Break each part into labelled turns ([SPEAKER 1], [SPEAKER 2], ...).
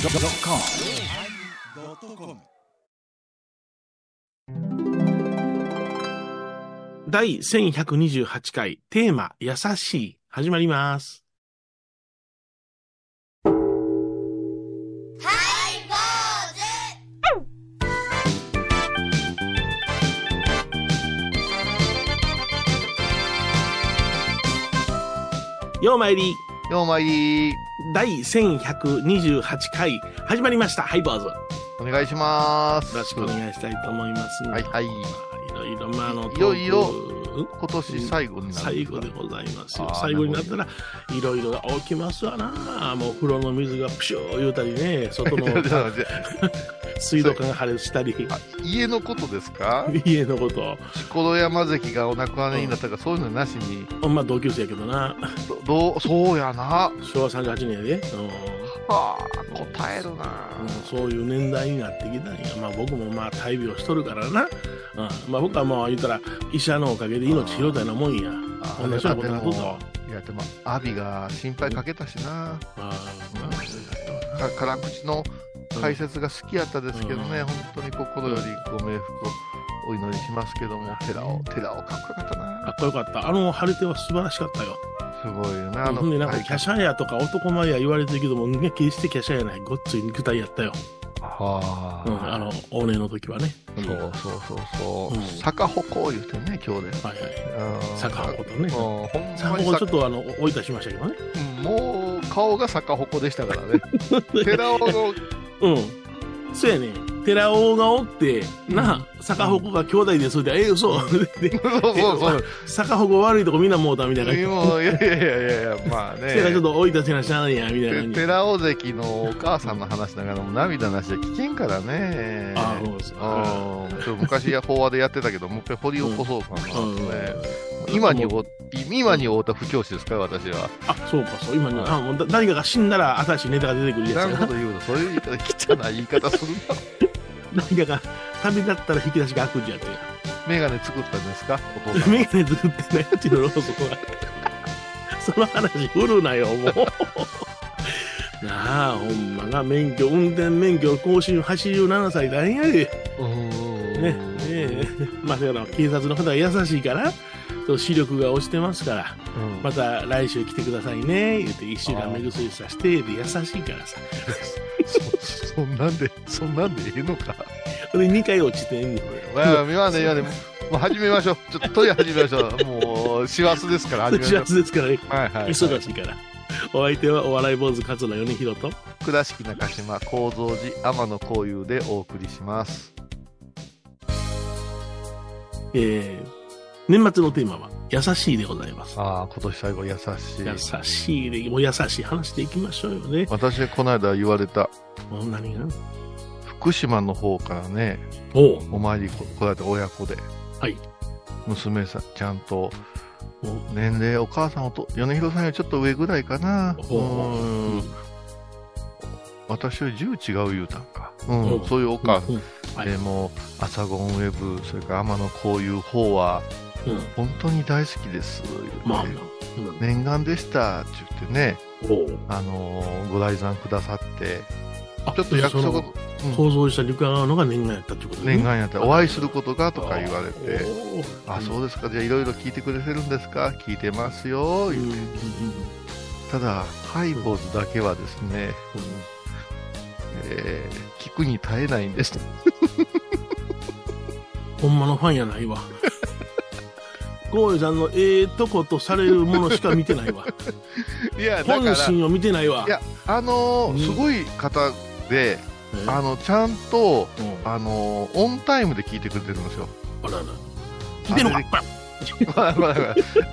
[SPEAKER 1] yosmir
[SPEAKER 2] 第1128回テーマ「優しい」始まります。ようまいり
[SPEAKER 3] ようまいり
[SPEAKER 2] 第1128回始まりました。はい、坊主。よ
[SPEAKER 3] お願いします。
[SPEAKER 2] ろしくお願いしたいと思います。
[SPEAKER 3] はいはい。
[SPEAKER 2] いろいろ、まあ、あの、
[SPEAKER 3] いろいろ
[SPEAKER 2] トークうん
[SPEAKER 3] 今年最後になるんで
[SPEAKER 2] 最
[SPEAKER 3] すか
[SPEAKER 2] 後でございますよ
[SPEAKER 3] あー
[SPEAKER 2] 最後になったらいろいろ起きますわなもう風呂の水がプシュー言うたりね外の
[SPEAKER 3] じゃあじゃ
[SPEAKER 2] 水道管が破裂したり
[SPEAKER 3] ああ家のことですか
[SPEAKER 2] 家のこと
[SPEAKER 3] 錣山関がお亡くなりになったから、そういうのなしに、
[SPEAKER 2] まあ同級生やけどな
[SPEAKER 3] どどう、そうやな。
[SPEAKER 2] 昭和38年やで、うん
[SPEAKER 3] はあ、答えるな。
[SPEAKER 2] うんそういう年代になってきたんや、まあ、僕もまあ大病しとるからな、うんまあ、僕はもう言ったら医者のおかげで命拾うたようなもんや
[SPEAKER 3] あ
[SPEAKER 2] 同じようなことなことわ
[SPEAKER 3] いや、でも、アビが心配かけたしな。
[SPEAKER 2] あーまあそうやったわ
[SPEAKER 3] か辛口の解説が好きやったですけどね、
[SPEAKER 2] うん
[SPEAKER 3] 本当に心よりご冥福をお祈りしますけども、寺を、寺をかっこよかった
[SPEAKER 2] か
[SPEAKER 3] な。
[SPEAKER 2] っこよかったあの晴れては素晴らしかったよ
[SPEAKER 3] すごいよな、あの、
[SPEAKER 2] ほんでなんか
[SPEAKER 3] はい
[SPEAKER 2] 華奢やとか男前や言われてるけども、ね、決して華奢やないごっつい肉体やったよ、
[SPEAKER 3] は
[SPEAKER 2] うん、あの往年の時はね、
[SPEAKER 3] そうそうそうそう、
[SPEAKER 2] うん
[SPEAKER 3] 坂穂言うてね今日で、
[SPEAKER 2] はいはい
[SPEAKER 3] うん
[SPEAKER 2] 坂穂とね
[SPEAKER 3] もうほん
[SPEAKER 2] さ
[SPEAKER 3] ま
[SPEAKER 2] あ
[SPEAKER 3] に
[SPEAKER 2] ここち
[SPEAKER 3] 坂
[SPEAKER 2] ょっとあのおいたしましたけどね
[SPEAKER 3] うんもう顔が坂穂でしたから ね寺尾の
[SPEAKER 2] うんそうやね寺尾がおってなあ坂鉾が兄弟ですってええ嘘 でで
[SPEAKER 3] そうそうそう
[SPEAKER 2] 坂鉾悪いとこみんなもうたみたいな感じ
[SPEAKER 3] もういやいやいやいやまあ
[SPEAKER 2] せやからちょっ
[SPEAKER 3] ね
[SPEAKER 2] とおいたせなしゃあないやみたいな
[SPEAKER 3] て
[SPEAKER 2] 感じ
[SPEAKER 3] 寺尾関のお母さんの話ながらも涙なしで聞けんからね
[SPEAKER 2] ああそうですあ
[SPEAKER 3] うんちょっと昔や法話でやってたけどもう一回掘り起こそうかな
[SPEAKER 2] あ、うん
[SPEAKER 3] ね今にお今に会うた不教師ですから私は
[SPEAKER 2] あそうかそう今に、
[SPEAKER 3] はい
[SPEAKER 2] あもうだ誰かが死んだら新しいネタが出てくる
[SPEAKER 3] い
[SPEAKER 2] や
[SPEAKER 3] ら
[SPEAKER 2] つ
[SPEAKER 3] ん
[SPEAKER 2] や
[SPEAKER 3] こ
[SPEAKER 2] な
[SPEAKER 3] と言うのそういう言い方汚い言い方するな
[SPEAKER 2] 誰かが旅立ったら引き出しが開くんじゃって
[SPEAKER 3] メガネ作ったんですかお父さん。
[SPEAKER 2] メガネ作ってないっていうのろうそこは。 その話振るなよ、もう。 なあ、ほんまが、免許、運転免許更新87歳だんやで。ね、ねえ。 まあ、だから、警察の方が優しいから、そう視力が落ちてますから、
[SPEAKER 3] うん
[SPEAKER 2] また来週来てくださいね、言って、一週間目薬さして、で、優しいからさ。
[SPEAKER 3] そ そんなんで、そんなんでいいのか。
[SPEAKER 2] で、2回落ちてんのよ。
[SPEAKER 3] まあ、見まね、見まね。もう始めましょう。ちょっとトイレ始めましょ う。もう、師走ですから始めましょ
[SPEAKER 2] 幸せですからね、
[SPEAKER 3] う。はいはい、はい。
[SPEAKER 2] 忙しいから。お相手は、お笑い坊主勝野米広と。
[SPEAKER 3] 倉敷中島、構造寺、天野幸雄でお送りします。
[SPEAKER 2] えー年末のテーマは、優しいでございます。
[SPEAKER 3] ああ、今年最後優し
[SPEAKER 2] 優
[SPEAKER 3] い。
[SPEAKER 2] しいで、もう優しい話でいきましょうよね。
[SPEAKER 3] 私がこの間言われた、
[SPEAKER 2] もう何が
[SPEAKER 3] 福島の方からね、
[SPEAKER 2] おう
[SPEAKER 3] お参りこ、この間親子で。
[SPEAKER 2] はい。
[SPEAKER 3] 娘さん、ちゃんと、
[SPEAKER 2] おう
[SPEAKER 3] 年齢お母さんおと米広さんよりちょっと上ぐらいかな
[SPEAKER 2] ほうほ
[SPEAKER 3] うん私より10違う言うたんか、うん
[SPEAKER 2] うん
[SPEAKER 3] そういうお母さん、
[SPEAKER 2] うんはい
[SPEAKER 3] でも朝ゴンウェブそれから天野こういう方は
[SPEAKER 2] うん
[SPEAKER 3] 本当に大好きです言うて
[SPEAKER 2] まあ、うん
[SPEAKER 3] 念願でしたって言ってね、
[SPEAKER 2] おう
[SPEAKER 3] あのーご来山くださって
[SPEAKER 2] あ
[SPEAKER 3] ちょっと約
[SPEAKER 2] そ
[SPEAKER 3] 束
[SPEAKER 2] の
[SPEAKER 3] うん
[SPEAKER 2] 想像した陸側のが念願やったってことね
[SPEAKER 3] 念願やったらお会いすることがとか言われて
[SPEAKER 2] おう
[SPEAKER 3] あそうですかじゃあいろいろ聞いてくれてるんですか聞いてますよ
[SPEAKER 2] うん
[SPEAKER 3] 言
[SPEAKER 2] う
[SPEAKER 3] うんて
[SPEAKER 2] うん
[SPEAKER 3] ただハイボーズだけはですね、えー聞くに耐えないんです
[SPEAKER 2] ほんまのファンやない わ。ゴーイさんのええとことされるものしか見てない わ。
[SPEAKER 3] いやだか
[SPEAKER 2] 本
[SPEAKER 3] ら
[SPEAKER 2] 心を見てないわ。
[SPEAKER 3] いやあのー
[SPEAKER 2] うん
[SPEAKER 3] すごい方
[SPEAKER 2] え
[SPEAKER 3] で
[SPEAKER 2] ー
[SPEAKER 3] あのちゃんと
[SPEAKER 2] うんあ
[SPEAKER 3] あのーオンタイムで聞いてくれてるんですよ
[SPEAKER 2] らら。見てんのか
[SPEAKER 3] まあまあまあ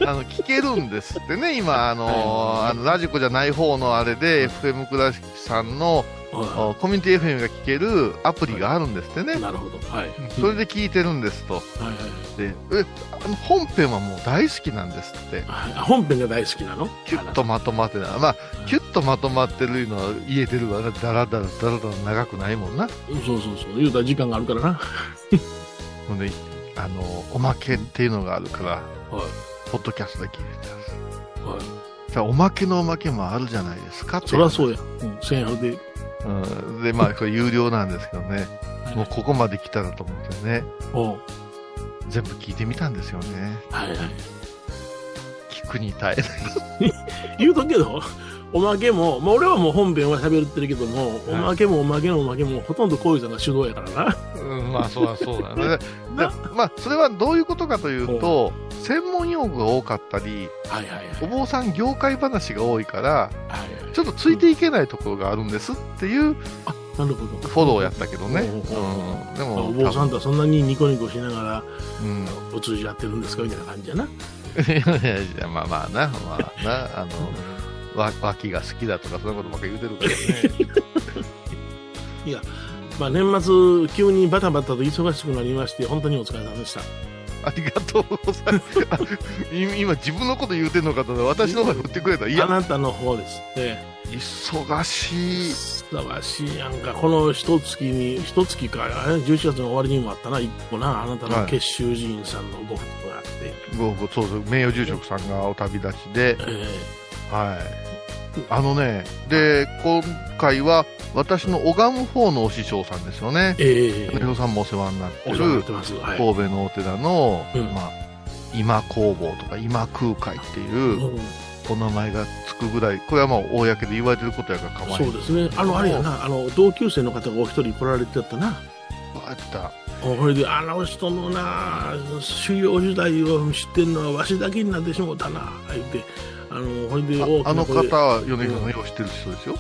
[SPEAKER 3] あの聞けるんですってね今あのーあのラジコじゃない方のあれで FM 倉敷さんの
[SPEAKER 2] は
[SPEAKER 3] おコミュニティ FM が聞けるアプリがあるんですってね
[SPEAKER 2] いなるほど。はい。
[SPEAKER 3] それで聞いてるんですと
[SPEAKER 2] はいはい
[SPEAKER 3] でえあの本編はもう大好きなんですって
[SPEAKER 2] はいあ本編が大好きなの
[SPEAKER 3] キュッとまとまってな、まあ、キュッとまとまってるのは言えてるわな、だらだらだらだら長くないもんな。
[SPEAKER 2] そうそうそう。言うたら時間があるからな。
[SPEAKER 3] ほんで、あの、おまけっていうのがあるから、
[SPEAKER 2] は
[SPEAKER 3] ポッドキャストで聞いてま
[SPEAKER 2] い。
[SPEAKER 3] す。
[SPEAKER 2] はい。
[SPEAKER 3] らおまけのおまけもあるじゃないですかって
[SPEAKER 2] そりゃそうや。うん、1800で。
[SPEAKER 3] うん、で、まあ、これ有料なんですけどね、もうここまで来たらと思ってね、
[SPEAKER 2] おう
[SPEAKER 3] 全部聞いてみたんですよね。
[SPEAKER 2] はいはい。
[SPEAKER 3] 聞くに耐えない。
[SPEAKER 2] 言うとくけど、おまけも、まあ、俺はもう本編は喋ってるけども、おまけもおまけもおまけも、ほとんどこういうさんが主導やからな。
[SPEAKER 3] うん、まあ、そうだ、そうだ、 ね。で
[SPEAKER 2] な
[SPEAKER 3] まあ、それはどういうことかというと、専門用語が多かったり、
[SPEAKER 2] はいはいはい。
[SPEAKER 3] お坊さん業界話が多いから、
[SPEAKER 2] はいはい
[SPEAKER 3] ちょっとついていけないところがあるんですっていう
[SPEAKER 2] なるほど。
[SPEAKER 3] フォローやったけどね。
[SPEAKER 2] おうお
[SPEAKER 3] うん、でも、
[SPEAKER 2] お坊さんとはそんなにニコニコしながら
[SPEAKER 3] うん、
[SPEAKER 2] お通じやってるんですかみたいな感じやな。
[SPEAKER 3] いやいやいや、まあまあな、まあな、あの、わ脇が好きだとか、そんなことばっかり言うてる けどね。
[SPEAKER 2] まあ年末急にバタバタと忙しくなりまして本当にお疲れ様でした。
[SPEAKER 3] ありがとうございます。今今自分のこと言うてんのかと思ったら私の方に振ってくれた。い
[SPEAKER 2] あ
[SPEAKER 3] や、
[SPEAKER 2] なたの方です。え
[SPEAKER 3] 忙
[SPEAKER 2] え、
[SPEAKER 3] しい。
[SPEAKER 2] 忙しいやんか。この一月に一月かあれ11月の終わりにもあったな一個なあなたの結集寺院さんのご服があって、
[SPEAKER 3] ごごそうそう、名誉住職さんがお旅立ちで、
[SPEAKER 2] え
[SPEAKER 3] はい。あのね、で、今回は私の拝む方のお師匠さんですよね。
[SPEAKER 2] えええ
[SPEAKER 3] 金子さんもお世話になって
[SPEAKER 2] お
[SPEAKER 3] る
[SPEAKER 2] 世話になってます。はい。
[SPEAKER 3] 神戸のお寺の、
[SPEAKER 2] うん
[SPEAKER 3] まあ、今工房とか今空海っていう
[SPEAKER 2] うん
[SPEAKER 3] お名前がつくぐらいこれはまあ公で言われてることやから構わな
[SPEAKER 2] そ
[SPEAKER 3] いう
[SPEAKER 2] ですね。あのあれやなあの同級生の方がお一人来られてたな。
[SPEAKER 3] あった
[SPEAKER 2] これであの人のな修行時代を知ってるのはわしだけになってしもうたな言ってあのこれで大き
[SPEAKER 3] ああ
[SPEAKER 2] な
[SPEAKER 3] の
[SPEAKER 2] 声で
[SPEAKER 3] 方は米木さんのよう知ってる人ですよ、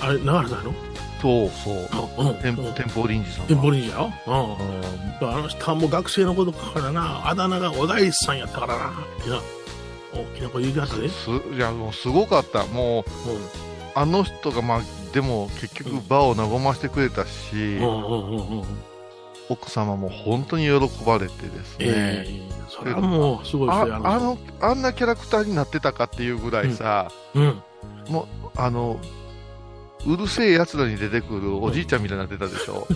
[SPEAKER 2] あれ長原さんやろ
[SPEAKER 3] そうそう
[SPEAKER 2] あうん
[SPEAKER 3] 天
[SPEAKER 2] うん
[SPEAKER 3] 天保臨時さんは
[SPEAKER 2] 天保林寺やろ
[SPEAKER 3] うん
[SPEAKER 2] うんあの人はもう学生のことからなあだ名がお大師さんやったからなってな大きな声言うてはったで、うん
[SPEAKER 3] すいやもうすごかったもうあの人がまあでも結
[SPEAKER 2] う
[SPEAKER 3] 局場を和ましてくれたし、
[SPEAKER 2] うんうんうんうん
[SPEAKER 3] 奥様も本当に喜ばれてですね、
[SPEAKER 2] ええそれはもうすごいで
[SPEAKER 3] あ
[SPEAKER 2] すよ
[SPEAKER 3] あのあんなキャラクターになってたかっていうぐらいさ、
[SPEAKER 2] うん
[SPEAKER 3] あの、うるせえやつらに出てくるおじいちゃんみたいになってたでし ょ。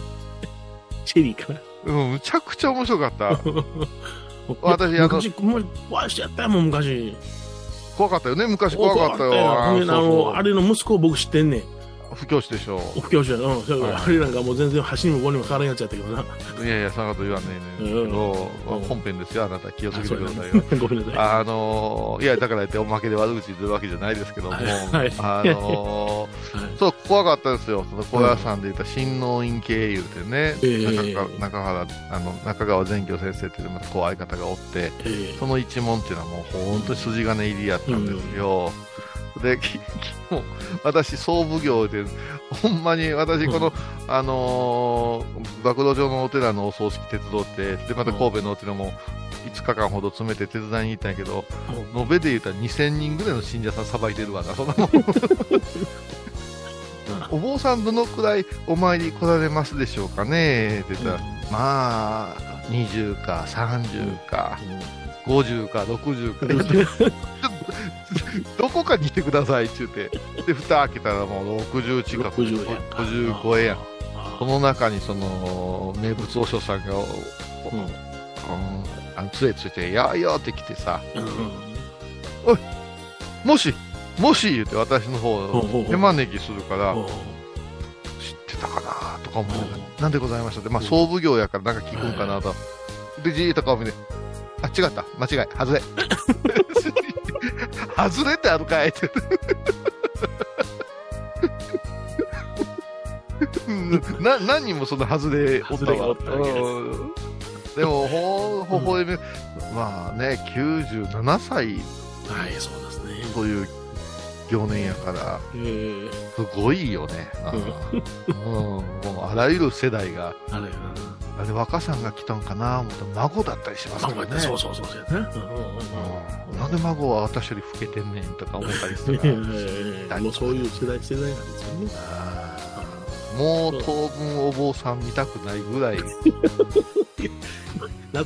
[SPEAKER 2] チェリーかな
[SPEAKER 3] うん、むちゃくちゃ面白かった。私あの
[SPEAKER 2] 昔もうわしやったよもう昔
[SPEAKER 3] 怖かったよね、昔怖かった
[SPEAKER 2] よ
[SPEAKER 3] よ。
[SPEAKER 2] ほんであ
[SPEAKER 3] そうそう
[SPEAKER 2] のあれの息子を僕知ってんねん
[SPEAKER 3] 不教師でしょ。
[SPEAKER 2] お教師やうん、それ
[SPEAKER 3] はい
[SPEAKER 2] あれなんかもう全然橋にも棒にも変わらんやっちゃったけどな。
[SPEAKER 3] いやいや、そんなこと言わないねんけど、まあ
[SPEAKER 2] うん
[SPEAKER 3] 本編ですよ、あなた気をつけてくださいよ。
[SPEAKER 2] あごめんな さい。
[SPEAKER 3] あのーいや、だから言っておまけで悪口言ってるわけじゃないですけども、
[SPEAKER 2] はいはい
[SPEAKER 3] あのー
[SPEAKER 2] はい
[SPEAKER 3] そう、怖かったですよ。その高野山で言った新農院経由でね、
[SPEAKER 2] ええ
[SPEAKER 3] 中中原、あの、中川善教先生っていうまた怖い方がおって、
[SPEAKER 2] えー
[SPEAKER 3] その一問っていうのはもう本当に筋金入りやったんですよ。で、き 昨日、私、総奉行で、ほんまに私、この、あのー、暴露城のお寺のお葬式手伝って、で、また神戸のお寺も5日間ほど詰めて手伝いに行ったんやけど、延べで言うたら2000人ぐらいの信者さんさばいてるわな、そんなもん。 お坊さんどのくらいお参り来られますでしょうかねって言ったら、まあ、20か30か50か60か どこかにいてくださいって言って、で、蓋開けたらもう60近く、
[SPEAKER 2] 60や
[SPEAKER 3] 50超えやん。
[SPEAKER 2] あ
[SPEAKER 3] その中にその、名物和尚さんが、お
[SPEAKER 2] うんうん
[SPEAKER 3] うんあの杖ついて、やーよーって来てさ、
[SPEAKER 2] うん
[SPEAKER 3] もし、もし言って私の方
[SPEAKER 2] ほうほう
[SPEAKER 3] を
[SPEAKER 2] ほう
[SPEAKER 3] 手招きするから、
[SPEAKER 2] おう
[SPEAKER 3] 知ってたかなとか思いなが
[SPEAKER 2] うん
[SPEAKER 3] ら、なんでございましたって、まあ、
[SPEAKER 2] うん
[SPEAKER 3] 総奉行やからなんか聞くんかなと。で、じーっと顔見て、あ、違った、間違い、外れ。 外れってあるか いって。うんな何人もその外れおった
[SPEAKER 2] 外れがお
[SPEAKER 3] わ
[SPEAKER 2] ったわけです
[SPEAKER 3] うんでもほほほえめ、まあね97歳
[SPEAKER 2] はい、そうですね。
[SPEAKER 3] という幼年やから
[SPEAKER 2] えー、
[SPEAKER 3] すごいよね、うん、もうあらゆる世代が
[SPEAKER 2] あれやな。
[SPEAKER 3] あれ若さんが来たんかな思ったら孫だったりしますから
[SPEAKER 2] 孫や
[SPEAKER 3] ね
[SPEAKER 2] ね。そうそうそうそうやね。うんうん
[SPEAKER 3] うんなんで孫は私より老けてん ねんとか思ったりす
[SPEAKER 2] うん
[SPEAKER 3] る
[SPEAKER 2] い
[SPEAKER 3] か
[SPEAKER 2] や
[SPEAKER 3] ら
[SPEAKER 2] いやいやもうそういう世代世代なんですよね。
[SPEAKER 3] あーもう当分お坊さん見たくないぐらい
[SPEAKER 2] 懐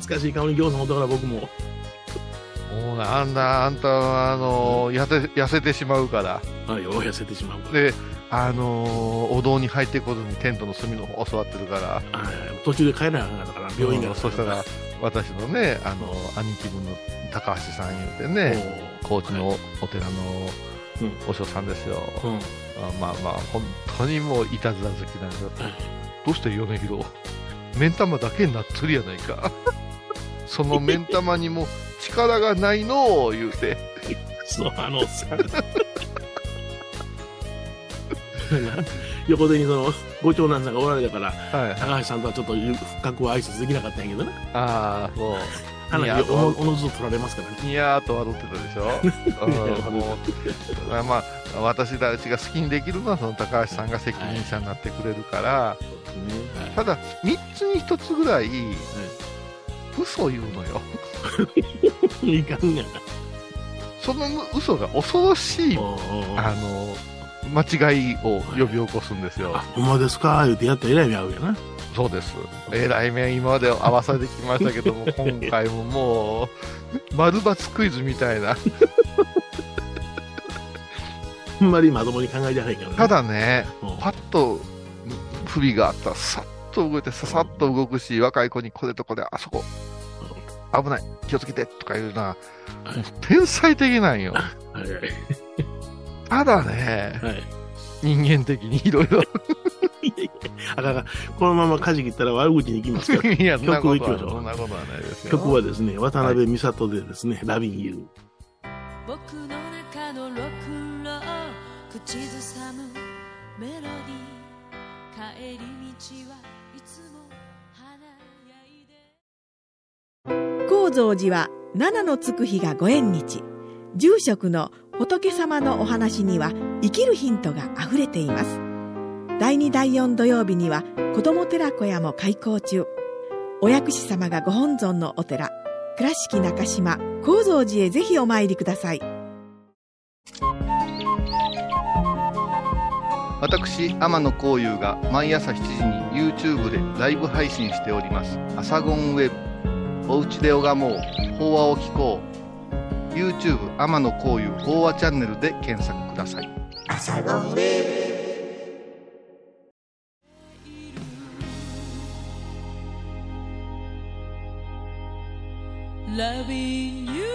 [SPEAKER 2] かしい顔に餃子もだから僕も。
[SPEAKER 3] もうあんなあんたはあのー痩せ痩せてしまうから
[SPEAKER 2] はい、よう痩せてしまうから。
[SPEAKER 3] であのーお堂に入ってこずにテントの隅の方教わってるから
[SPEAKER 2] はい途中で帰らなあかんかったから、病院
[SPEAKER 3] う
[SPEAKER 2] が。
[SPEAKER 3] んそしたら私のねあの兄貴分の高橋さん言うてね
[SPEAKER 2] おう
[SPEAKER 3] 高知のお寺の
[SPEAKER 2] うん
[SPEAKER 3] お師匠さんですよ、
[SPEAKER 2] うん。
[SPEAKER 3] あまあまあ本当にもういたずら好きなんですよ
[SPEAKER 2] はい
[SPEAKER 3] どうして米広目ん玉だけになっとるやない かその目ん玉にも力がないのを言うて
[SPEAKER 2] そのあ のおっさん。横手にそのご長男さんがおられたから
[SPEAKER 3] はい
[SPEAKER 2] 高橋さんとはちょっと深くは挨拶できなかったんやけどな
[SPEAKER 3] ああも
[SPEAKER 2] 花
[SPEAKER 3] いや
[SPEAKER 2] 火おのおのずと取られますからね
[SPEAKER 3] うニヤーっと笑ってたで しょうんもうまあまあ私たちが好きにできるのはその高橋さんが責任者になってくれるから
[SPEAKER 2] は
[SPEAKER 3] ただ3つに1つぐらい嘘言うのよ
[SPEAKER 2] いいかんがな
[SPEAKER 3] その嘘が恐ろしい
[SPEAKER 2] おーおー
[SPEAKER 3] あの間違いを呼び起こすんですよ、
[SPEAKER 2] あほんまですか言うてやったらえらい目合うやな
[SPEAKER 3] そうですえらい面今まで合わされてきましたけど も今回ももう丸抜クイズみたい な
[SPEAKER 2] ほんまにまともに考えてないからね
[SPEAKER 3] ただね
[SPEAKER 2] うん
[SPEAKER 3] パッと不備があったらさっと動いてささっと動くし若い子にこれとこれあそこ危ない気をつけてとか言うのはもう天才的なんよ
[SPEAKER 2] はいはい
[SPEAKER 3] ただね
[SPEAKER 2] はい
[SPEAKER 3] 人間的にいろいろ
[SPEAKER 2] あかんあかんこのまま舵切ったら悪口に行きますから
[SPEAKER 3] いやそんなこと
[SPEAKER 2] 曲行きま
[SPEAKER 3] は
[SPEAKER 2] しょう
[SPEAKER 3] そんなことはないですよ
[SPEAKER 2] 曲はですね渡辺美里でですね「ラビンユー」
[SPEAKER 1] 僕の中のロックンロール口ずさむメロディー帰り道はいつも華やいで
[SPEAKER 4] 高蔵寺は七のつく日がご縁日住職の仏様のお話には生きるヒントがあふれています第2第4土曜日には子ども寺小屋も開校中お薬師様がご本尊のお寺倉敷中島・高蔵寺へぜひお参りください
[SPEAKER 5] 私天野幸雄が毎朝7時に YouTube でライブ配信しております「アサゴンウェブ」「おうちで拝もう法話を聞こう」YouTube 天野幸雄法話チャンネルで検索ください
[SPEAKER 1] 「Loving You」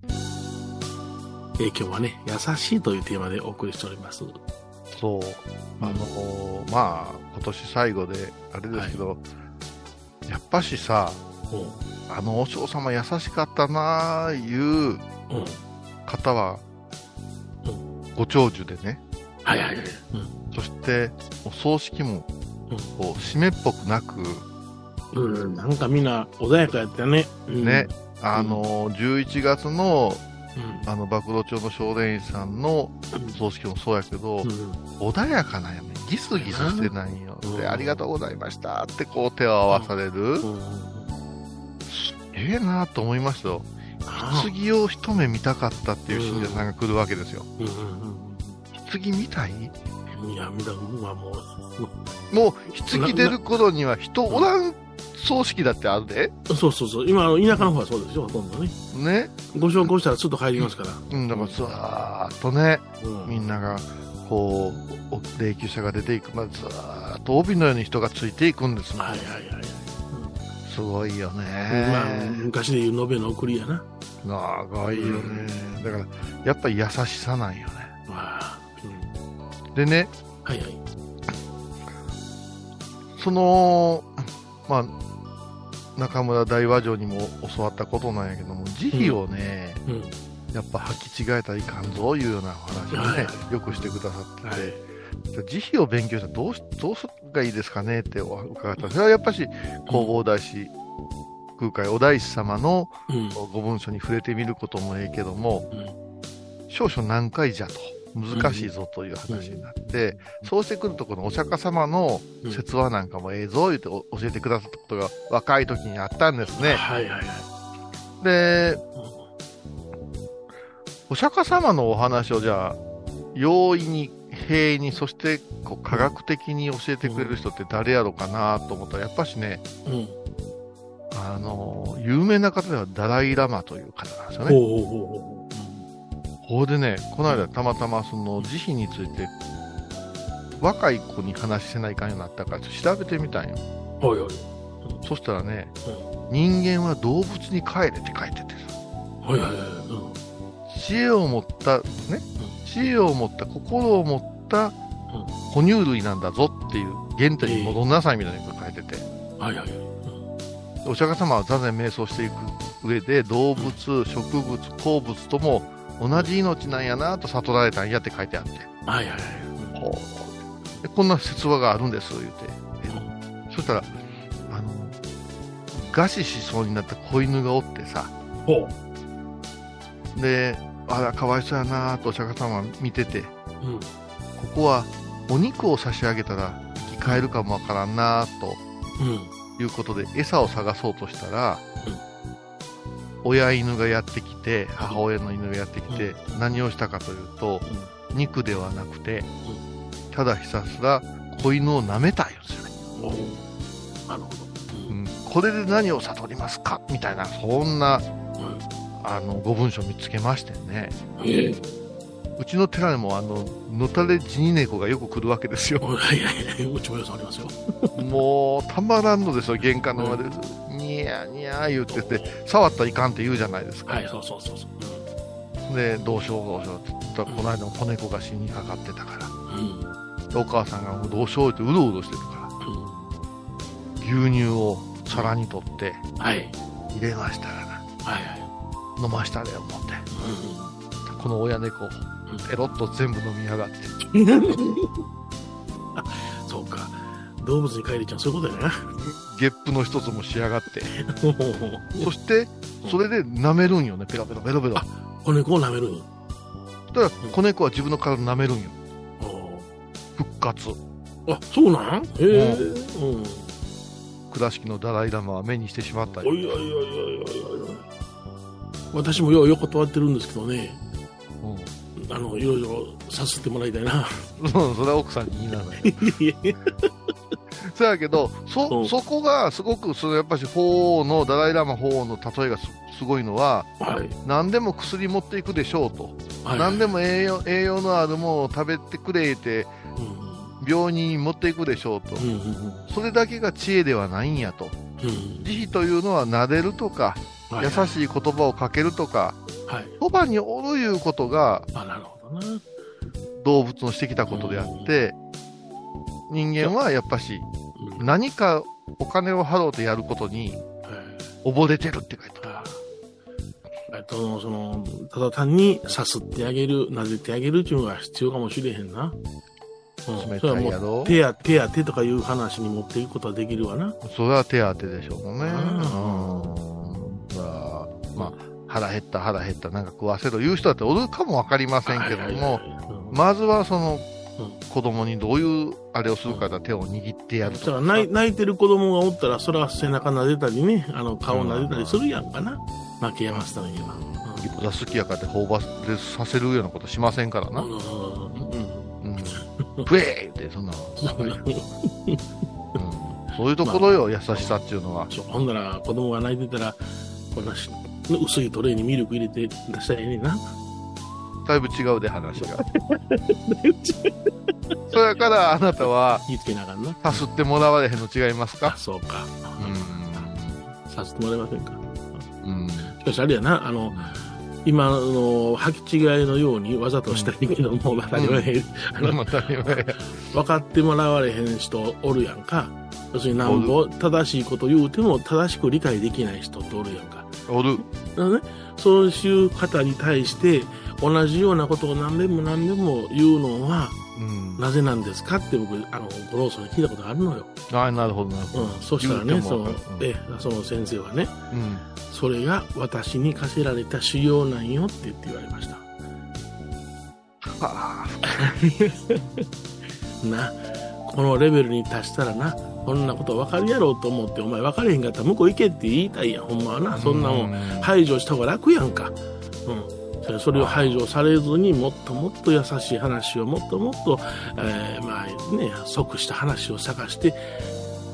[SPEAKER 2] えー今日はね「優しい」というテーマでお送りしております
[SPEAKER 3] そう、あのまあ、今年最後で、あれですけど、やっぱしさ、
[SPEAKER 2] うん
[SPEAKER 3] あのお嬢様優しかったなあいう
[SPEAKER 2] うん
[SPEAKER 3] 方は
[SPEAKER 2] う、
[SPEAKER 3] ご長寿でね、
[SPEAKER 2] はいはいはい、うん
[SPEAKER 3] そして、お葬式も
[SPEAKER 2] うん、
[SPEAKER 3] こう、締めっぽくなく、
[SPEAKER 2] うん、なんかみんな穏やかやったね。うん
[SPEAKER 3] ね。あの11月の、
[SPEAKER 2] うん
[SPEAKER 3] あの、暴露町の少年院さんの葬式もそうやけど、
[SPEAKER 2] うん
[SPEAKER 3] 穏やかなんよね。ギスギスしてないよ。
[SPEAKER 2] うん
[SPEAKER 3] で、ありがとうございましたって、こう、手を合わされる。ええなと思いましたよ。
[SPEAKER 2] ああ
[SPEAKER 3] 棺を一目見たかったっていう信者さんが来るわけですよ。
[SPEAKER 2] うんうん
[SPEAKER 3] 棺見たい
[SPEAKER 2] うんいや、みんな、うわ、もう、
[SPEAKER 3] もう棺出る頃には人おらん葬式だってあるで。
[SPEAKER 2] そうそうそう、今、あの田舎の方はそうですよ、ほとんどね。
[SPEAKER 3] ね。
[SPEAKER 2] ご紹介したらすっと帰りますから。
[SPEAKER 3] うん、だからずーっとね、
[SPEAKER 2] うん
[SPEAKER 3] みんなが、こう、お霊柩車が出ていくまでずーっと帯のように人がついていくんですもん
[SPEAKER 2] はいはいはい。
[SPEAKER 3] すごいよ
[SPEAKER 2] まあ、
[SPEAKER 3] ね。
[SPEAKER 2] 昔で言う延べの送りやな。
[SPEAKER 3] 長いよね。だから、やっぱり優しさなんよね。
[SPEAKER 2] まあうん
[SPEAKER 3] でね、
[SPEAKER 2] はいはい。
[SPEAKER 3] その、まあ、中村大和城にも教わったことなんやけども慈悲をね、
[SPEAKER 2] うん。
[SPEAKER 3] やっぱ履き違えたらいかんぞいうようなお話を
[SPEAKER 2] はい
[SPEAKER 3] ね
[SPEAKER 2] は
[SPEAKER 3] よくしてくださって
[SPEAKER 2] は
[SPEAKER 3] て、
[SPEAKER 2] い。
[SPEAKER 3] 慈悲を勉強したらどうしどうするがいいですかねってお伺ったそれはやっぱし弘法大師、空海お大師様の
[SPEAKER 2] うん。
[SPEAKER 3] ご文書に触れてみることもええけども、少々難解じゃと難しいぞという話になって、そうしてくるとこのお釈迦様の
[SPEAKER 2] うん
[SPEAKER 3] 説話なんかもええぞ言ってお教えてくださったことが若い時にあったんですね。
[SPEAKER 2] はいはいはい。
[SPEAKER 3] でお釈迦様のお話をじゃあ容易に平易にそしてこう科学的に教えてくれる人って誰やろうかなと思ったらやっぱしね
[SPEAKER 2] うん。
[SPEAKER 3] あの有名な方ではダライ・ラマという方なんですよね。
[SPEAKER 2] ほうほうほうほ
[SPEAKER 3] ほうでね、この間たまたまその慈悲について若い子に話してないかんようになったから調べてみたんよ。
[SPEAKER 2] う。はいはい。
[SPEAKER 5] そしたらね、人間は動物に帰れって書いててさ
[SPEAKER 2] はいはいは
[SPEAKER 5] 知恵を持ったね知恵を持った心を持った哺乳類なんだぞっていう原点に戻んなさいみたいなこと書いてて、
[SPEAKER 2] い。うん。はいはい。
[SPEAKER 5] お釈迦様は座禅瞑想していく上で動物植物鉱物とも同じ命なんやなと悟られたんやって書いてあって
[SPEAKER 2] はいはい。
[SPEAKER 5] でこんな説話があるんです言ってでそしたらあの餓死しそうになった子犬がおってさ
[SPEAKER 2] ほ
[SPEAKER 5] であらかわいそうやなとお釈迦様見てて
[SPEAKER 2] う。うん。
[SPEAKER 5] ここはお肉を差し上げたら生き返るかもわからんなと
[SPEAKER 2] うん。
[SPEAKER 5] いうことで餌を探そうとしたら、
[SPEAKER 2] うん
[SPEAKER 5] 親犬がやってきて母親の犬がやってきて、何をしたかというと、肉ではなくて、ただひたすら子犬を舐めたいんですよね、
[SPEAKER 2] おうなるほど。
[SPEAKER 5] うんこれで何を悟りますかみたいなそんなあのご文章見つけましてね
[SPEAKER 2] うん。ええ。
[SPEAKER 5] うちの寺でもあののたれ死に猫がよく来るわけですよ
[SPEAKER 2] おはいはいはい。うちも予算ありますよ。
[SPEAKER 5] もうたまらんのですよ玄関の前で、にやにや言ってて触ったらいかんって言うじゃないですか、
[SPEAKER 2] はい、そうそうそうそう。
[SPEAKER 5] でどうしようどうしようって言ったらこの間も子猫が死にかかってたから
[SPEAKER 2] うん。うん。
[SPEAKER 5] でお母さんがもうどうしようってうろうろしてるから牛乳を皿に取って
[SPEAKER 2] うんはい。
[SPEAKER 5] 入れましたから
[SPEAKER 2] はいはい。
[SPEAKER 5] 飲ましたで思って
[SPEAKER 2] う
[SPEAKER 5] この親猫ペロッと全部飲みやがって
[SPEAKER 2] ん。そうか。動物に帰りちゃう、そういうことやな。
[SPEAKER 5] ゲップの一つもしやがって
[SPEAKER 2] ほうほうほう
[SPEAKER 5] そしてそれで舐めるんよねペロペロペロペロ
[SPEAKER 2] あ子猫を舐めるんよ。
[SPEAKER 5] そしたら子猫は自分の体舐めるんよ
[SPEAKER 2] おう
[SPEAKER 5] 復活
[SPEAKER 2] あ、そうなんへえ。うん。
[SPEAKER 5] 倉敷のダライラマは目にしてしまったり
[SPEAKER 2] おいおいおいおいおいおい私もよう横たわってるんですけどね。
[SPEAKER 5] うん
[SPEAKER 2] あの、いろいろさせてもらいたいな。
[SPEAKER 5] うんそれは奥さんに言いながら
[SPEAKER 2] いえいえ
[SPEAKER 5] そやけど、
[SPEAKER 2] う
[SPEAKER 5] そ、
[SPEAKER 2] ん
[SPEAKER 5] そこがすごく、そのやっぱし法王の、ダライラマ法王の例えがすすごいのは、
[SPEAKER 2] はい。
[SPEAKER 5] 何でも薬持っていくでしょうと、
[SPEAKER 2] はい。
[SPEAKER 5] 何でも栄養栄養のあるものを食べてくれて、
[SPEAKER 2] うん
[SPEAKER 5] 病人に持っていくでしょうと、
[SPEAKER 2] うんうんうん
[SPEAKER 5] それだけが知恵ではないんやと、
[SPEAKER 2] うん
[SPEAKER 5] 慈悲というのは撫でるとか、
[SPEAKER 2] はい
[SPEAKER 5] 優しい言葉をかけるとか、
[SPEAKER 2] はい。
[SPEAKER 5] そばにおるいうことが
[SPEAKER 2] あ、なるほどな。
[SPEAKER 5] 動物のしてきたことであって、人間はやっぱし、
[SPEAKER 2] うん
[SPEAKER 5] 何かお金を払うてやることに、
[SPEAKER 2] え
[SPEAKER 5] 溺れてるって書いてある
[SPEAKER 2] ーあーえっと、その、ただ単にさすってあげる、なでてあげるっていうのが必要かもしれへんな。うん、
[SPEAKER 5] 冷
[SPEAKER 2] それ
[SPEAKER 5] た
[SPEAKER 2] はいも
[SPEAKER 5] や
[SPEAKER 2] う
[SPEAKER 5] ろ
[SPEAKER 2] 手や手や手とかいう話に持っていくことはできるわな。
[SPEAKER 5] それは手当てでしょうねうんまあまあ腹減った腹減ったなんか食わせろ言う人だっておるかも分かりませんけども、
[SPEAKER 2] はいはいはい
[SPEAKER 5] まずはその
[SPEAKER 2] うん
[SPEAKER 5] 子供にどういうあれをするかだ手を握ってやる
[SPEAKER 2] だ
[SPEAKER 5] と
[SPEAKER 2] か
[SPEAKER 5] から
[SPEAKER 2] 泣い泣いてる子供がおったら、それは背中撫でたりね、あの顔撫でたりするやんかな。負けやますためには。
[SPEAKER 5] いくら好きやかって頬張ってさせるようなことしませんからな、
[SPEAKER 2] う
[SPEAKER 5] うん
[SPEAKER 2] ん
[SPEAKER 5] うん、ふえーってそんな、
[SPEAKER 2] うんうん
[SPEAKER 5] うん、そういうところよ、優しさっていうのは
[SPEAKER 2] そうほんなら子供が泣いてたら、こんなし薄いトレイにミルク入れて出したらええねんな。
[SPEAKER 5] だいぶ違うで話 がそれからあなたは
[SPEAKER 2] 気ぃつけなあかんな。
[SPEAKER 5] さすってもらわれへんの違います
[SPEAKER 2] あ、
[SPEAKER 5] か
[SPEAKER 2] そうか。
[SPEAKER 5] う
[SPEAKER 2] させてもらえませんか。
[SPEAKER 5] んうん
[SPEAKER 2] しかしあれやな、あの、今あの履き違いのようにわざとしたらいいけども、当たり前あの
[SPEAKER 5] まあ当たり前や
[SPEAKER 2] 分かってもらわれへん人おるやんか要するになんぼ正しいこと言うても正しく理解できない人っておるやんか
[SPEAKER 5] おる
[SPEAKER 2] だからねそういう方に対して同じようなことを何べんも何べんも言うのは
[SPEAKER 5] うん
[SPEAKER 2] なぜなんですかって僕あのご老僧に聞いたことがあるのよ、
[SPEAKER 5] あなるほどなる
[SPEAKER 2] う
[SPEAKER 5] ほど
[SPEAKER 2] ん、そしたらね
[SPEAKER 5] 言うて
[SPEAKER 2] そ
[SPEAKER 5] も
[SPEAKER 2] の,、
[SPEAKER 5] うん
[SPEAKER 2] えその先生はね
[SPEAKER 5] うん
[SPEAKER 2] それが私に課せられた修行なんよって言って言われました
[SPEAKER 5] はあ
[SPEAKER 2] なこのレベルに達したらなこんなこと分かるやろうと思ってお前分かれへんかったら向こう行けって言いたいやんほんまはなそんなもん排除した方が楽やんか、うん、それそれを排除されずにもっともっと優しい話をもっともっと、えーまあね、即した話を探して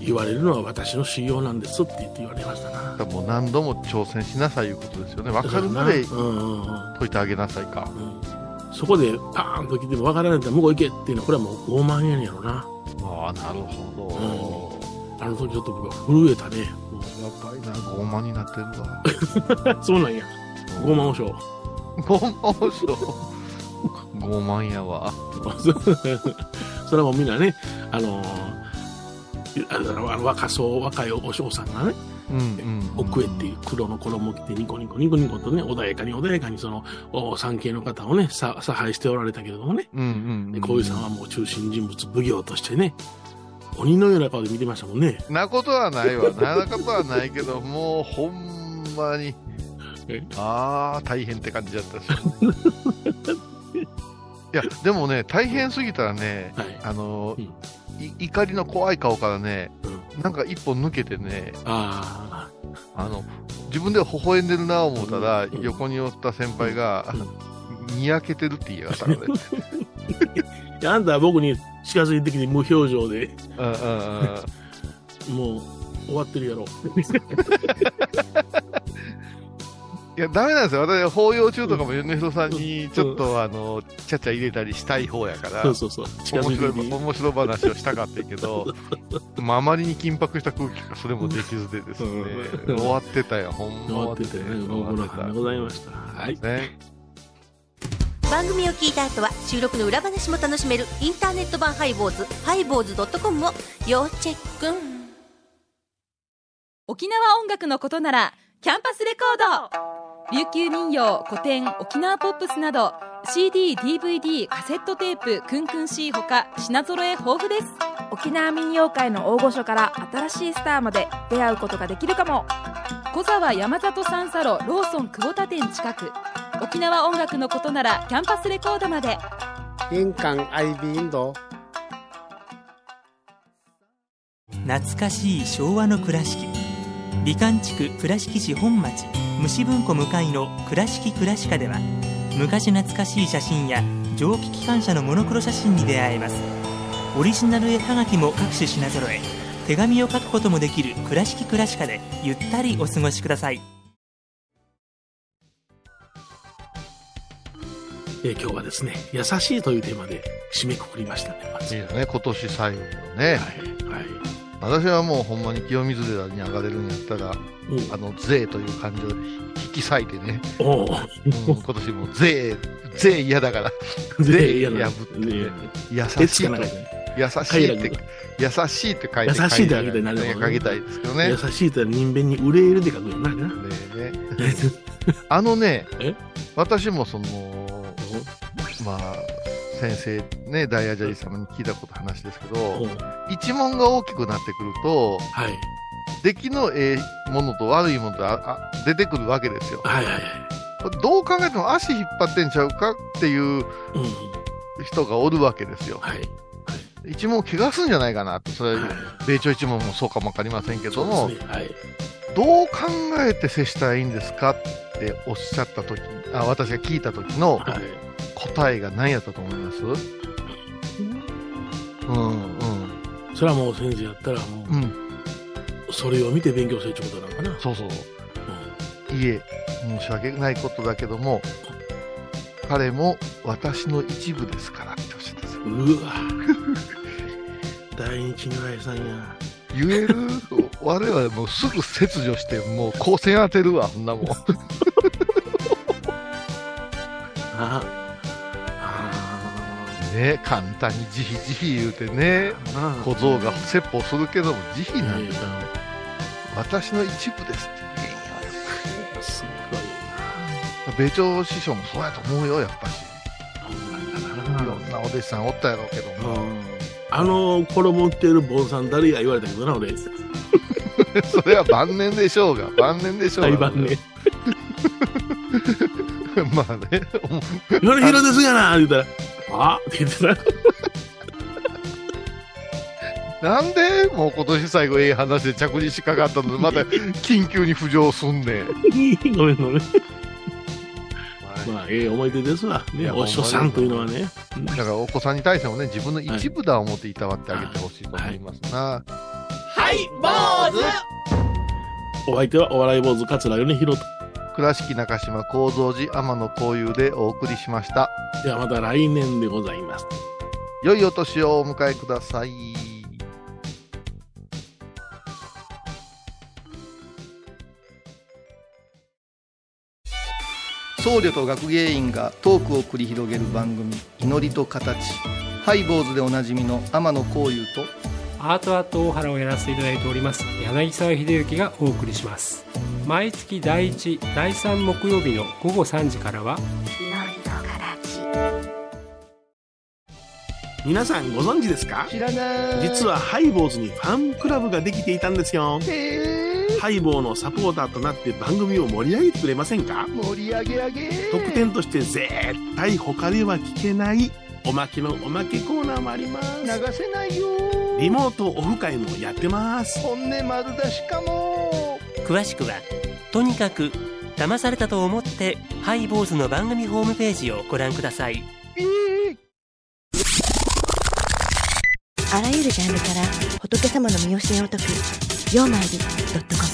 [SPEAKER 2] 言われるのは私の修行なんですって言って言われましたな
[SPEAKER 5] だからもう何度も挑戦しなさいいうことですよね分かるまで
[SPEAKER 2] うんうんうん
[SPEAKER 5] 解いてあげなさいか
[SPEAKER 2] うんそこでパーンと来ても分からないんだったら向こう行けっていうのはこれはもう傲慢やねんやろな
[SPEAKER 5] ああなるほ
[SPEAKER 2] あの時ちょっと僕は震えたね。も
[SPEAKER 3] やばいな、傲慢になってるわ。
[SPEAKER 2] う そうなんや。ごまおしょう。
[SPEAKER 3] 傲慢しょ。傲慢やわ。
[SPEAKER 2] それはもうみんなね、あのーあのあの若そう、若いお嬢さんがね、
[SPEAKER 3] うんうん。
[SPEAKER 2] 奥へっていう黒の衣を着てニコニコニコニコとね、穏やかに穏やかにその、お産経の方をね、さ差配しておられたけれどもね、
[SPEAKER 3] うんうんう
[SPEAKER 2] で
[SPEAKER 3] ん。
[SPEAKER 2] 小遊さんはもう中心人物、奉行としてね、鬼のような顔で見てましたもんね。
[SPEAKER 3] なことはないわ。なことはないけど、もうほんまに
[SPEAKER 2] え。
[SPEAKER 3] ああ、大変って感じだったし。いや、でもね、大変すぎたらね、
[SPEAKER 2] はい。
[SPEAKER 3] あのー
[SPEAKER 2] う
[SPEAKER 3] い怒りの怖い顔からね、
[SPEAKER 2] う
[SPEAKER 3] なんか一歩抜けてね、
[SPEAKER 2] あ
[SPEAKER 3] あの、自分では微笑んでるなぁ思ったら、
[SPEAKER 2] うん
[SPEAKER 3] 横におった先輩が、 にやけてるって言いやがったからね。
[SPEAKER 2] あ。であんたは僕に近づいてきて無表情で、
[SPEAKER 3] うんうんうん
[SPEAKER 2] もう終わってるやろ。
[SPEAKER 3] いや、ダメなんですよ。私、法要中とかも米広さんに、ちょっと、あの、ちゃちゃ入れたりしたい方やか
[SPEAKER 2] そ
[SPEAKER 3] ら、
[SPEAKER 2] う
[SPEAKER 3] 面
[SPEAKER 2] そうそう。近づい
[SPEAKER 3] 白
[SPEAKER 2] てき
[SPEAKER 3] い、
[SPEAKER 2] て。
[SPEAKER 3] 面白話をしたかったけど、まああまりに緊迫した空気がそれもできずでですね、
[SPEAKER 2] うん
[SPEAKER 3] 終わってたよ、ほんま
[SPEAKER 2] 終わっててね、ご苦労さんでございました。はい。
[SPEAKER 3] ね。
[SPEAKER 6] 番組を聞いた後は収録の裏話も楽しめるインターネット版ハイボーズハイボーズドットコムを要チェック
[SPEAKER 7] 沖縄音楽のことならキャンパスレコード琉球民謡古典沖縄ポップスなど CDDVD カセットテープクンクン C ほか品揃え豊富です
[SPEAKER 8] 沖縄民謡界の大御所から新しいスターまで出会うことができるかも
[SPEAKER 7] 小沢山里三佐路ローソン久保田店近く沖縄音楽のことならキャンパスレコードまで
[SPEAKER 9] 玄関アイビーインド
[SPEAKER 10] 懐かしい昭和の倉敷美観地区倉敷市本町虫文庫向かいの「倉敷倉歯科」では昔懐かしい写真や蒸気機関車のモノクロ写真に出会えますオリジナル絵はがきも各種品揃え手紙を書くこともできる「倉敷倉歯科」でゆったりお過ごしください
[SPEAKER 2] えー今日はですね、優しいというテーマで締めくくりましたね、ま
[SPEAKER 3] い
[SPEAKER 2] ず。
[SPEAKER 3] い
[SPEAKER 2] は
[SPEAKER 3] ですね、今年最後の
[SPEAKER 2] い。
[SPEAKER 3] ね。
[SPEAKER 2] はい。
[SPEAKER 3] 私はもうほんまに清水寺に上がれるんやったら、
[SPEAKER 2] うん
[SPEAKER 3] あの、税という感情で引き裂いてね、
[SPEAKER 2] おお。
[SPEAKER 3] うん 今年も税、税嫌だから、
[SPEAKER 2] ぜひ、やな。
[SPEAKER 3] 破ってね優し
[SPEAKER 2] えつ
[SPEAKER 3] い
[SPEAKER 2] か
[SPEAKER 3] と
[SPEAKER 2] なかっ
[SPEAKER 3] 優しいって
[SPEAKER 2] 快
[SPEAKER 3] 優しいって書いて
[SPEAKER 2] 優しいってわけでなるほどね
[SPEAKER 3] 書きたいですけど
[SPEAKER 2] た
[SPEAKER 3] ね
[SPEAKER 2] 優しいとは人間に憂えるで書くよな。 な
[SPEAKER 3] ねねあのね
[SPEAKER 2] え
[SPEAKER 3] 私もそのまあ先生ねダイヤジャリー様に聞いたこと話ですけ
[SPEAKER 2] お
[SPEAKER 3] ど
[SPEAKER 2] う
[SPEAKER 3] 一問が大きくなってくると
[SPEAKER 2] はい。
[SPEAKER 3] 出来のええものと悪いものとああ出てくるわけですよ
[SPEAKER 2] はいはいはい。
[SPEAKER 3] これどう考えても足引っ張ってんちゃうかっていう
[SPEAKER 2] うん。
[SPEAKER 3] 人がおるわけですよ
[SPEAKER 2] はい。
[SPEAKER 3] 一問怪我すんじゃないかなってそれ
[SPEAKER 2] はい。
[SPEAKER 3] 米朝一問もそうかもわかりませんけども、
[SPEAKER 2] そうですね。はい。
[SPEAKER 3] どう考えて接したらいいんですかっておっしゃった時あ私が聞いた時の
[SPEAKER 2] はい。
[SPEAKER 3] 答えが何やったと思いますうんうん
[SPEAKER 2] それはもう先生やったら、もう、
[SPEAKER 3] うん
[SPEAKER 2] それを見て勉強するってことなのかな。
[SPEAKER 3] そうそういえ申し訳ないことだけども彼も私の一部ですからっておっしゃったんですよ
[SPEAKER 2] うんうわ。 大日如来さんや。
[SPEAKER 3] 言える 我々もうすぐ切除してもう光線当てるわそんなもん
[SPEAKER 2] あ。あ
[SPEAKER 3] ね簡単に慈悲慈悲言うてね
[SPEAKER 2] ーあー。
[SPEAKER 3] 小僧が説法するけども慈悲なん
[SPEAKER 2] い
[SPEAKER 3] て
[SPEAKER 2] やいや
[SPEAKER 3] 私の一部ですって言えんよやっぱり
[SPEAKER 2] すご
[SPEAKER 3] 米朝師匠もそうやと思うよやっぱり
[SPEAKER 2] いな。
[SPEAKER 3] いろんなお弟子さんおったやろうけども、
[SPEAKER 2] あの衣売ってる坊さん誰や言われたけどな俺
[SPEAKER 3] それは晩年でしょうが晩年でしょうが
[SPEAKER 2] 裁判ね
[SPEAKER 3] まあね思う
[SPEAKER 2] 「米広ですがな」って言ったら「あって言ってた
[SPEAKER 3] なんでもう今年最後ええ話で着地しかかったのにまた緊急に浮上すんねん、
[SPEAKER 2] ごめんごめんまあええ思い出ですわ
[SPEAKER 3] い
[SPEAKER 2] ね
[SPEAKER 3] や
[SPEAKER 2] お師匠さんというのはね
[SPEAKER 3] だからお子さんに対してもね自分の一部だ思っていたわってあげてほしいと思いますな、
[SPEAKER 2] お相手はお笑い坊主桂米広と
[SPEAKER 3] 倉敷中島幸三寺天野幸雄でお送りしました
[SPEAKER 2] ではまた来年でございます
[SPEAKER 3] 良いお年をお迎えください
[SPEAKER 5] 僧侶と学芸員がトークを繰り広げる番組「祈りと形」ハイボーズでおなじみの天野幸雄と
[SPEAKER 11] アートアート大原をやらせていただいております柳沢秀幸がお送りします毎月第1第3木曜日の午後3時からは
[SPEAKER 2] 皆さんご存知ですか
[SPEAKER 5] 知らない
[SPEAKER 2] 実はハイボーズにファンクラブができていたんですよハイボーのサポーターとなって番組を盛り上げてくれませんか
[SPEAKER 5] 盛り上げ上げ
[SPEAKER 2] 特典として絶対他では聞けないおまけのおまけコーナーもあります
[SPEAKER 5] 流せないよ
[SPEAKER 2] リモートオフ会もやってます
[SPEAKER 5] 本音丸出しかも
[SPEAKER 10] 詳しくはとにかく騙されたと思ってハイボーズの番組ホームページをご覧ください
[SPEAKER 12] あらゆるジャンルから仏様の身教えを解く「曜マイル .com」